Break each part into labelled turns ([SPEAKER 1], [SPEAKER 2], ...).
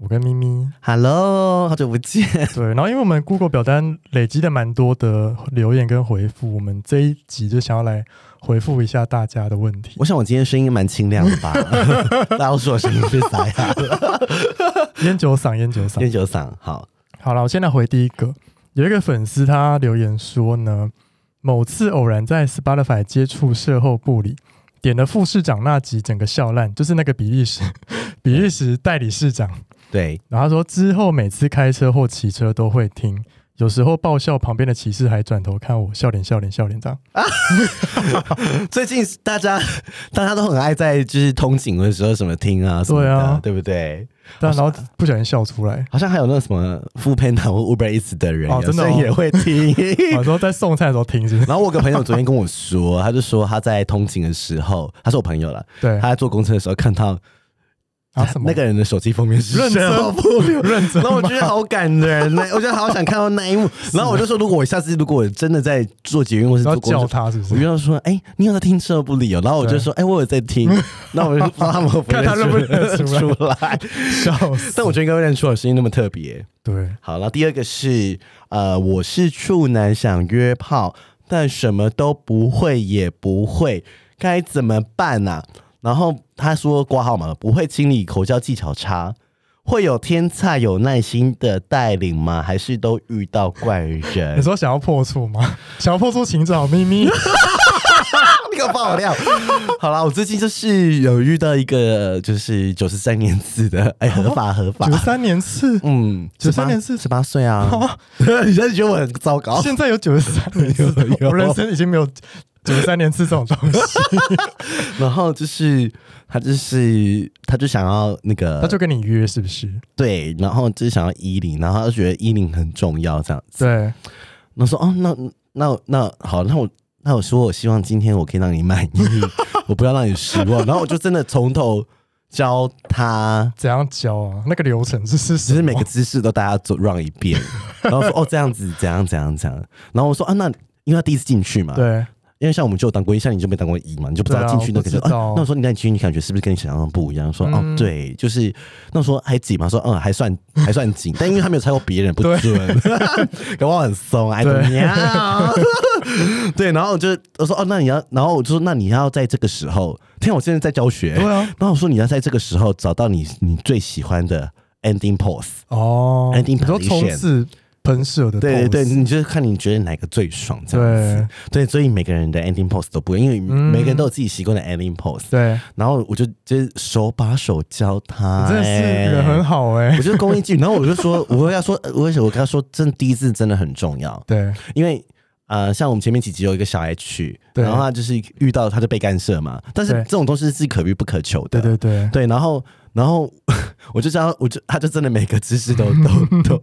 [SPEAKER 1] 我跟咪咪。
[SPEAKER 2] Hello，好久不见。
[SPEAKER 1] 对，然后因为我们 Google 表单累积的蛮多的留言跟回复，我们这一集就想要来回复一下大家的问题
[SPEAKER 2] 我。想我今天声音蛮清亮的吧？大家都说我声音啊是沙哑了，
[SPEAKER 1] 烟酒嗓，烟酒嗓
[SPEAKER 2] 烟。酒嗓。好，
[SPEAKER 1] 好了，我先来回第一个。有一个粉丝他留言说呢，某次偶然在 Spotify 接触社后部里，点了副市长那集，整个笑烂，就是那个比利时 比利时代理市长。
[SPEAKER 2] 对，
[SPEAKER 1] 然后他说之后每次开车或骑车都会听，有时候爆笑，旁边的骑士还转头看我，笑脸笑脸笑脸这样。
[SPEAKER 2] 最近大家大家都很爱在就是通勤的时候什么听啊什么的，
[SPEAKER 1] 对啊
[SPEAKER 2] 对不对？
[SPEAKER 1] 但然后不小心笑出来。
[SPEAKER 2] 好像还有那什么 f o o Panda 或 Uber Eats 的人，
[SPEAKER 1] 哦真的哦
[SPEAKER 2] 有时候也会听。
[SPEAKER 1] 有时候在送菜的时候听是不 是？
[SPEAKER 2] 然后我有个朋友昨天跟我说，他就说他在通勤的时候，他是我朋友了，
[SPEAKER 1] 对
[SPEAKER 2] 他在坐公车的时候看到
[SPEAKER 1] 啊什么
[SPEAKER 2] 那个人的手机封面是
[SPEAKER 1] 认真
[SPEAKER 2] 售后不留
[SPEAKER 1] 认真
[SPEAKER 2] 然后我觉得好感人呢，我觉得好想看到那 一幕。然后我就说，如果我下次如果我真的在做捷运或是
[SPEAKER 1] 要
[SPEAKER 2] 坐公
[SPEAKER 1] 叫
[SPEAKER 2] 车，
[SPEAKER 1] 他是不
[SPEAKER 2] 我遇
[SPEAKER 1] 是？
[SPEAKER 2] 到说，哎、你有在听售后不理哦？然后我就说，哎、我有在听。 那我就不知道他们会不
[SPEAKER 1] 看他认不
[SPEAKER 2] 会认
[SPEAKER 1] 认
[SPEAKER 2] 出
[SPEAKER 1] 出来
[SPEAKER 2] 出来。
[SPEAKER 1] 笑死！
[SPEAKER 2] 但我觉得应该会认出我声音那么特别。
[SPEAKER 1] 对，
[SPEAKER 2] 好，然后第二个是呃，我是处男，想约炮，但什么都不会，也不会，该怎么办呢、啊？然后他说挂号嘛，不会清理，口交技巧差，会有天才有耐心的带领吗？还是都遇到怪
[SPEAKER 1] 你
[SPEAKER 2] 人？
[SPEAKER 1] 说想要破处吗？ 想要破处，请找咪 咪。
[SPEAKER 2] 你个爆料！ 好啦，我最近就是有遇到一个就是九十三年次的，哎，合法合法
[SPEAKER 1] 九，三年次，
[SPEAKER 2] 嗯，
[SPEAKER 1] 93年次
[SPEAKER 2] 十八岁啊， 你现在觉得我很糟糕？
[SPEAKER 1] 现在有九十三年次，
[SPEAKER 2] 有
[SPEAKER 1] 我人生已经没有九十三年次这种东 西。
[SPEAKER 2] 然后就是他就是他就想要那个，
[SPEAKER 1] 他就跟你约是不是？
[SPEAKER 2] 对，然后就是想要衣领，然后他就觉得衣领很重要这样子。
[SPEAKER 1] 对，
[SPEAKER 2] 然后说哦，那那那好，那我那我说我希望今天我可以让你满意，我不要让你失望。 然后我就真的从头教他，
[SPEAKER 1] 怎样教啊？那个流程是是
[SPEAKER 2] 只
[SPEAKER 1] 只
[SPEAKER 2] 是每个姿势都大家做 run 一遍，然后说哦这样子怎样怎样怎样。然后我说啊那因为他第一次进去嘛，
[SPEAKER 1] 对
[SPEAKER 2] 因为像我们就有当过一，像你就没当过一嘛，你就不知道
[SPEAKER 1] 对啊
[SPEAKER 2] 进去那个
[SPEAKER 1] 我不知
[SPEAKER 2] 哎
[SPEAKER 1] 道
[SPEAKER 2] 那我说你那你进去感觉是不是跟你想象中不一样？说、
[SPEAKER 1] 嗯
[SPEAKER 2] 哦，对，就是那时候还紧嘛，说嗯还算还算紧，但因为他没有猜过别人不
[SPEAKER 1] 对
[SPEAKER 2] 准， 搞不好很松，I
[SPEAKER 1] 对
[SPEAKER 2] don't know。对，然后我就我说哦，那你要，然后我就说那你要在这个时候，天啊，我现在在教学，
[SPEAKER 1] 对啊，
[SPEAKER 2] 然后我说你要在这个时候找到你你最喜欢的 ending pose。
[SPEAKER 1] 哦，
[SPEAKER 2] 安定
[SPEAKER 1] 你说
[SPEAKER 2] 排列
[SPEAKER 1] 冲
[SPEAKER 2] 线
[SPEAKER 1] 刺喷射的
[SPEAKER 2] 对
[SPEAKER 1] pose
[SPEAKER 2] 对对，你就是看你觉得哪个最爽这样子。
[SPEAKER 1] 对
[SPEAKER 2] 对，所以每个人的 ending pose 都不一样，因为
[SPEAKER 1] 嗯
[SPEAKER 2] 每个人都有自己习惯的 ending pose。
[SPEAKER 1] 对，
[SPEAKER 2] 然后我就就是手把手教他、
[SPEAKER 1] 你真的是人很
[SPEAKER 2] 欸。
[SPEAKER 1] 好哎
[SPEAKER 2] 我。就是公益剧，然后我就说，我跟他说， 呃我为什么我跟他说，真的第一次真的很重要，
[SPEAKER 1] 对
[SPEAKER 2] 因为呃，像我们前面几集有一个小 H，
[SPEAKER 1] 对
[SPEAKER 2] 然后他就是遇到他就被干涉嘛，但是
[SPEAKER 1] 对
[SPEAKER 2] 这种东西是可遇不可求的，
[SPEAKER 1] 对对对，
[SPEAKER 2] 对，然后然后我就知道，我就他就真的每个姿势都都都。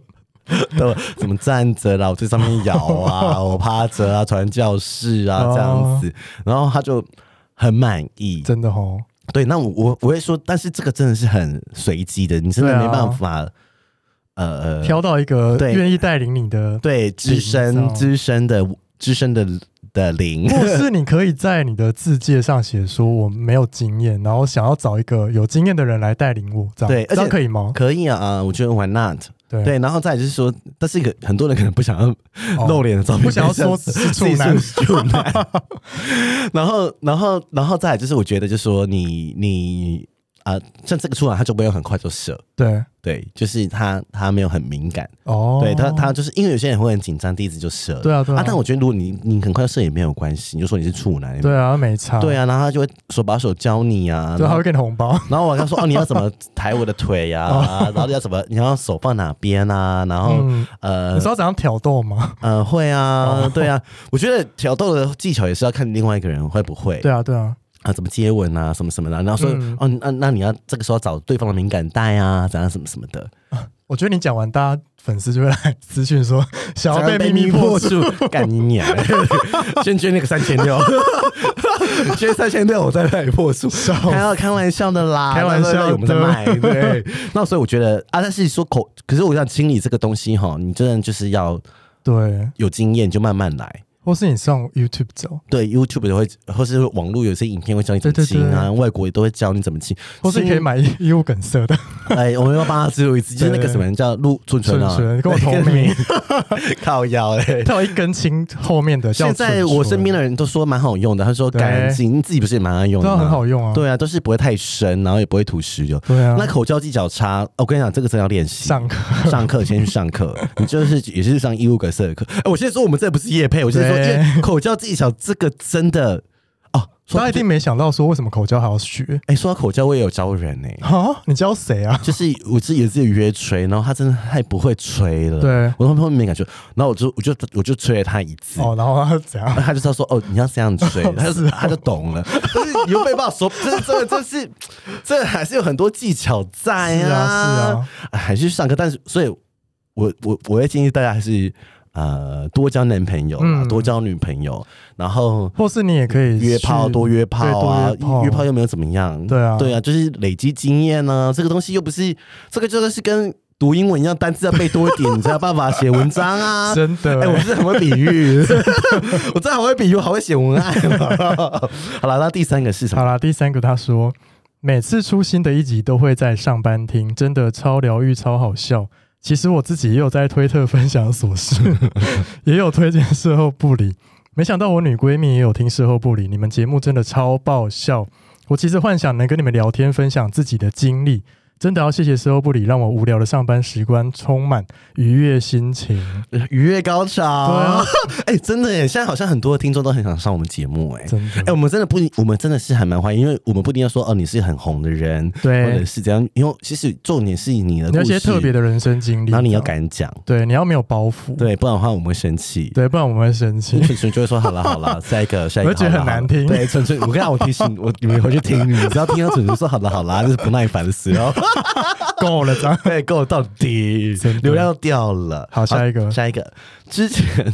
[SPEAKER 2] 都怎么站着啦？我在上面摇啊，我趴着啊，传教士啊，这样
[SPEAKER 1] 哦
[SPEAKER 2] 子，然后他就很满意。
[SPEAKER 1] 真的哦。
[SPEAKER 2] 对，那我我我会说，但是这个真的是很随机的，你真的
[SPEAKER 1] 对啊
[SPEAKER 2] 没办法，呃，
[SPEAKER 1] 挑到一个
[SPEAKER 2] 对
[SPEAKER 1] 愿意带领你的，
[SPEAKER 2] 对资深
[SPEAKER 1] 领
[SPEAKER 2] 资深的资深的的 零，
[SPEAKER 1] 或是你可以在你的字界上写说我没有经验，然后想要找一个有经验的人来带领我，这样
[SPEAKER 2] 对而且
[SPEAKER 1] 这样可以吗？
[SPEAKER 2] 可以啊啊，我觉得 why not？
[SPEAKER 1] 对
[SPEAKER 2] 对，然后再来就是说，但是一个很多人可能不想要
[SPEAKER 1] 哦
[SPEAKER 2] 露脸的照片，
[SPEAKER 1] 不想要
[SPEAKER 2] 被上
[SPEAKER 1] 说自己是
[SPEAKER 2] 自
[SPEAKER 1] 处
[SPEAKER 2] 己
[SPEAKER 1] 男，
[SPEAKER 2] 是处男。 然后，然后，然后再来就是，我觉得就是说你，你啊、像这个处男，他就没有很快就射，
[SPEAKER 1] 对，
[SPEAKER 2] 对，就是他他没有很敏感，
[SPEAKER 1] 哦，
[SPEAKER 2] 对他他就是因为有些人会很紧张，第一次就射了，
[SPEAKER 1] 对啊对啊
[SPEAKER 2] 但我觉得如果你你很快射也没有关系，你就说你是处男，
[SPEAKER 1] 对啊，没差，
[SPEAKER 2] 对啊，然后他就会手把手教你啊，
[SPEAKER 1] 对，
[SPEAKER 2] 然
[SPEAKER 1] 他
[SPEAKER 2] 后
[SPEAKER 1] 会给你红包，
[SPEAKER 2] 然后我跟他说：“哦，你要怎么抬我的 腿呀、
[SPEAKER 1] 哦
[SPEAKER 2] 然后你要怎么，你要手放哪边啊？然后、
[SPEAKER 1] 嗯，你哦
[SPEAKER 2] 呃
[SPEAKER 1] 知道怎样挑逗吗？
[SPEAKER 2] 呃，会啊，对啊。我觉得挑逗的技巧也是要看另外一个人会不会。
[SPEAKER 1] 对啊，对啊，
[SPEAKER 2] 啊，怎么接吻啊，什么什么的，然后说、
[SPEAKER 1] 嗯
[SPEAKER 2] 哦，那那你要这个时候找对方的敏感带啊，怎样什么什么的，
[SPEAKER 1] 我觉得你讲完，大家粉丝就会来私讯 说想要啊被秘密破处。
[SPEAKER 2] 处，干你 娘！先捐那个三千六，捐三千六，我再被破处。还要开玩笑的啦，
[SPEAKER 1] 开玩笑的
[SPEAKER 2] 那我们在卖。对，那所以我觉得啊，但是说口，可是我想清理这个东西哈，你真的就是要
[SPEAKER 1] 对，
[SPEAKER 2] 有经验，就慢慢来。
[SPEAKER 1] 或是你上 YouTube 找，
[SPEAKER 2] 对 YouTube 也会，或是网络有些影片会教你怎么
[SPEAKER 1] 对对
[SPEAKER 2] 清
[SPEAKER 1] 对
[SPEAKER 2] 啊，外国也都会教你怎么清，
[SPEAKER 1] 或是你可以买衣衣物梗塞的
[SPEAKER 2] 哎，我们要帮他植入一次，就是那个
[SPEAKER 1] 对
[SPEAKER 2] 什么人叫陆春春
[SPEAKER 1] 纯
[SPEAKER 2] 啊，
[SPEAKER 1] 纯，跟我同名，
[SPEAKER 2] 靠腰 哎。
[SPEAKER 1] 它有一根筋后面的叫
[SPEAKER 2] 现
[SPEAKER 1] 蠢蠢。
[SPEAKER 2] 在我身边的人都说蛮好用的，他说
[SPEAKER 1] 对
[SPEAKER 2] 干净，你自己不是也蛮爱用
[SPEAKER 1] 都
[SPEAKER 2] 的
[SPEAKER 1] 很
[SPEAKER 2] 吗？
[SPEAKER 1] 好用啊。
[SPEAKER 2] 对啊，都是不会太深，然后也不会吐石油。
[SPEAKER 1] 对啊，
[SPEAKER 2] 那口交技巧差，哦我跟你讲，这个真的要练习。
[SPEAKER 1] 上课
[SPEAKER 2] 上课先去 上课，你就是也是上义务格色的课。哎，我现在说我们这不是夜配，我现在说
[SPEAKER 1] 对
[SPEAKER 2] 因为口交技巧这个真的哦，说
[SPEAKER 1] 大家一定没想到说为什么口交还要学
[SPEAKER 2] 哎，说到口交，我也有招人 哎，
[SPEAKER 1] 啊？你教谁啊？
[SPEAKER 2] 就是我自己有自己约吹，然后他真的太不会吹了，
[SPEAKER 1] 对
[SPEAKER 2] 我从后面没感觉，然后我就我就我就吹了他一次。
[SPEAKER 1] 哦，然哦后他怎 样？
[SPEAKER 2] 他就知道说哦，你要这样吹，他就他就懂了。但是你又没办法说，这这这是这还是有很多技巧在
[SPEAKER 1] 是啊，
[SPEAKER 2] 哎还是上课。但是，所以我我我会建议大家还是呃多交男朋友啦，
[SPEAKER 1] 嗯
[SPEAKER 2] 多交女朋友，然后
[SPEAKER 1] 或是你也可以
[SPEAKER 2] 约炮
[SPEAKER 1] 去
[SPEAKER 2] 多约炮啊
[SPEAKER 1] 对多约炮，
[SPEAKER 2] 约炮又没有怎么样。
[SPEAKER 1] 对啊
[SPEAKER 2] 对啊，就是累积经验呢、这个东西又不是这个这个是跟读英文一样，单字要背多一点，你才有办法写文章啊。
[SPEAKER 1] 真的
[SPEAKER 2] 哎、我
[SPEAKER 1] 欸。
[SPEAKER 2] 是很会 比喻，我真的很会比喻，我好会写文案。啊好了，那第三个是什么
[SPEAKER 1] 好？啦，第三个他说，每次出新的一集都会在上班听，真的超疗愈、超好笑。其实我自己也有在推特分享琐 事，也有推荐事后不理。没想到我女闺蜜也有听事后不理，你们节目真的超爆笑。我其实幻想能跟你们聊天，分享自己的经历，真的要谢谢事后不理，让我无聊的上班时光充满愉悦心情。
[SPEAKER 2] 愉悦高潮。
[SPEAKER 1] 对啊，
[SPEAKER 2] 哎、真的耶！现在好像很多听众都很想上我们节目，哎。
[SPEAKER 1] 真
[SPEAKER 2] 哎、
[SPEAKER 1] 的，
[SPEAKER 2] 我们真的不，我们真的是还蛮欢迎，因为我们不一定要说哦，你是很红的人，或者
[SPEAKER 1] 对，
[SPEAKER 2] 是怎样，因为其实重点是你的
[SPEAKER 1] 你
[SPEAKER 2] 故
[SPEAKER 1] 要一
[SPEAKER 2] 事，
[SPEAKER 1] 些特别的人生经历，
[SPEAKER 2] 然后你要，敢讲，
[SPEAKER 1] 对，你要没有包袱，
[SPEAKER 2] 对，不然的话我们会生气。
[SPEAKER 1] 嗯对，不然我们会生气
[SPEAKER 2] 你。蠢蠢就会说好了 好了，下一个下一个，
[SPEAKER 1] 我就觉得
[SPEAKER 2] 好了
[SPEAKER 1] 很
[SPEAKER 2] 好了
[SPEAKER 1] 难听
[SPEAKER 2] 对，蠢蠢，我跟你讲，我提醒我，你们回去听，你只要听到蠢蠢说好了好了，就是不耐烦的时候。
[SPEAKER 1] 够了，张。
[SPEAKER 2] 对， 够到底
[SPEAKER 1] 真的，
[SPEAKER 2] 流量掉了。
[SPEAKER 1] 好下一个
[SPEAKER 2] 下一个。之前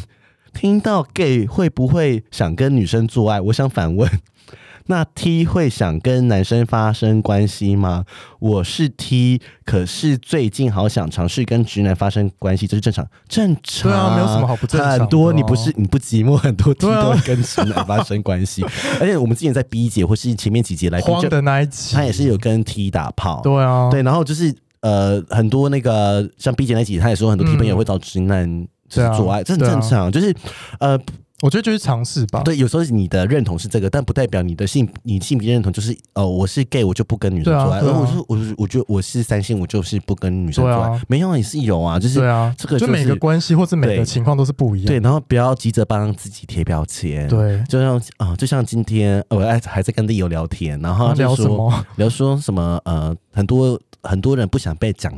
[SPEAKER 2] 听到 gay 会不会想跟女生做爱？我想反问， 那 T 会想跟男生发生关系吗？我是 T，可是最近好想尝试跟直男发生关系，这是正常，正 常，
[SPEAKER 1] 对啊没有什么好不正常的哦
[SPEAKER 2] 很多你不是你不寂寞，很多 T
[SPEAKER 1] 对啊
[SPEAKER 2] 都会跟直男发生关系，而且我们之前在 B 节或是前面几节来宾
[SPEAKER 1] 啊慌
[SPEAKER 2] 就，
[SPEAKER 1] 的那一集，
[SPEAKER 2] 他也是有跟 T 打炮，
[SPEAKER 1] 对啊，
[SPEAKER 2] 对，然后就是呃，很多那个像 B 姐那集，她也说很多 T 朋友会找直男。就是
[SPEAKER 1] 对啊
[SPEAKER 2] 做爱，这很
[SPEAKER 1] 对啊
[SPEAKER 2] 正常。就是，呃，
[SPEAKER 1] 我觉得就是尝试吧。
[SPEAKER 2] 对，有时候你的认同是这个，但不代表你的性你性别认同就是，呃，我是 gay，我就不跟女生
[SPEAKER 1] 对啊
[SPEAKER 2] 做爱。
[SPEAKER 1] 对啊
[SPEAKER 2] 我说，我我觉得我是三性，我就是不跟女生做爱。
[SPEAKER 1] 对啊
[SPEAKER 2] 没有啊，也是有啊，就是
[SPEAKER 1] 对啊，
[SPEAKER 2] 这个
[SPEAKER 1] 就是每个关系或是每
[SPEAKER 2] 对
[SPEAKER 1] 个情况都是不一样。
[SPEAKER 2] 对，然后不要急着帮自己贴标签。，
[SPEAKER 1] 对，
[SPEAKER 2] 就像啊、就像今天呃我还还在跟丽友聊天，然后
[SPEAKER 1] 那
[SPEAKER 2] 她就
[SPEAKER 1] 聊
[SPEAKER 2] 说
[SPEAKER 1] 什么？
[SPEAKER 2] 聊说什么呃，很多很多人不想被讲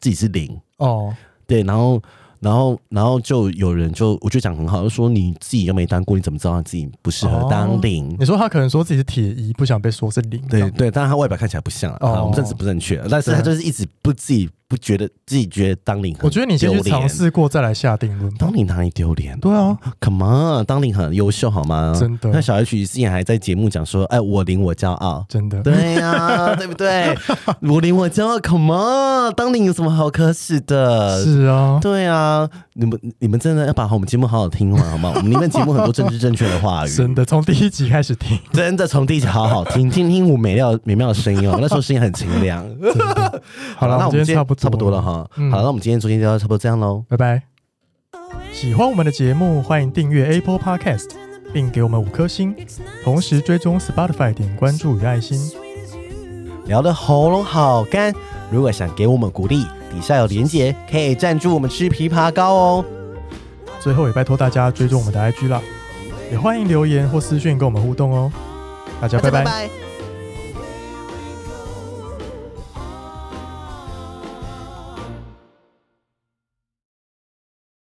[SPEAKER 2] 自己是零，
[SPEAKER 1] 哦，
[SPEAKER 2] 对，然后然后然后就有人就我就讲很好，就说你自己又没当过，你怎么知道自己不适合
[SPEAKER 1] 哦
[SPEAKER 2] 当零？
[SPEAKER 1] 你说他可能说自己是铁一，不想被说是零。这
[SPEAKER 2] 对
[SPEAKER 1] 样
[SPEAKER 2] 对，当然他外表看起来不像啊，
[SPEAKER 1] 哦
[SPEAKER 2] 啊我们政治不正确，但是他就是一直不自己不觉得自己觉得当零很
[SPEAKER 1] 我觉得你先
[SPEAKER 2] 丢
[SPEAKER 1] 去
[SPEAKER 2] 脸
[SPEAKER 1] 尝，试过再来下定论吧。
[SPEAKER 2] 当零哪里丢脸？
[SPEAKER 1] 对啊，
[SPEAKER 2] ，Come on，当零很优秀好吗？
[SPEAKER 1] 真的
[SPEAKER 2] 那小 H 之前还在节目讲说，哎，我零我骄傲。
[SPEAKER 1] 真的。
[SPEAKER 2] 对呀、对 不对？我零我骄傲，Come on，当零有什么好可耻的？
[SPEAKER 1] 是啊，
[SPEAKER 2] 对啊，你们你们真的要把我们节目好好听完，好吗？我们里面节目很多政治正确的话语，
[SPEAKER 1] 真的，从第一集开始听，
[SPEAKER 2] 真的从第一集好好听，听听我美妙美妙的声音哦。那时候声音很清凉。
[SPEAKER 1] 真的。好了，
[SPEAKER 2] 那我
[SPEAKER 1] 今
[SPEAKER 2] 们
[SPEAKER 1] 天差不
[SPEAKER 2] 差不多了。哈。
[SPEAKER 1] 嗯
[SPEAKER 2] 好了，那我们今天昨天就要差不多这样喽。
[SPEAKER 1] 拜拜。喜欢我们的节目，欢迎订阅 Apple Podcast，并给我们五颗星，同时追踪 Spotify 点关注与爱心。
[SPEAKER 2] 聊的喉咙好干，如果想给我们鼓励，底下有连结，可以赞助我们吃枇杷膏哦。
[SPEAKER 1] 最后也拜托大家追踪我们的 IG 啦，也欢迎留言或私讯跟我们互动哦。大家
[SPEAKER 2] 大家
[SPEAKER 1] 拜拜。
[SPEAKER 2] 拜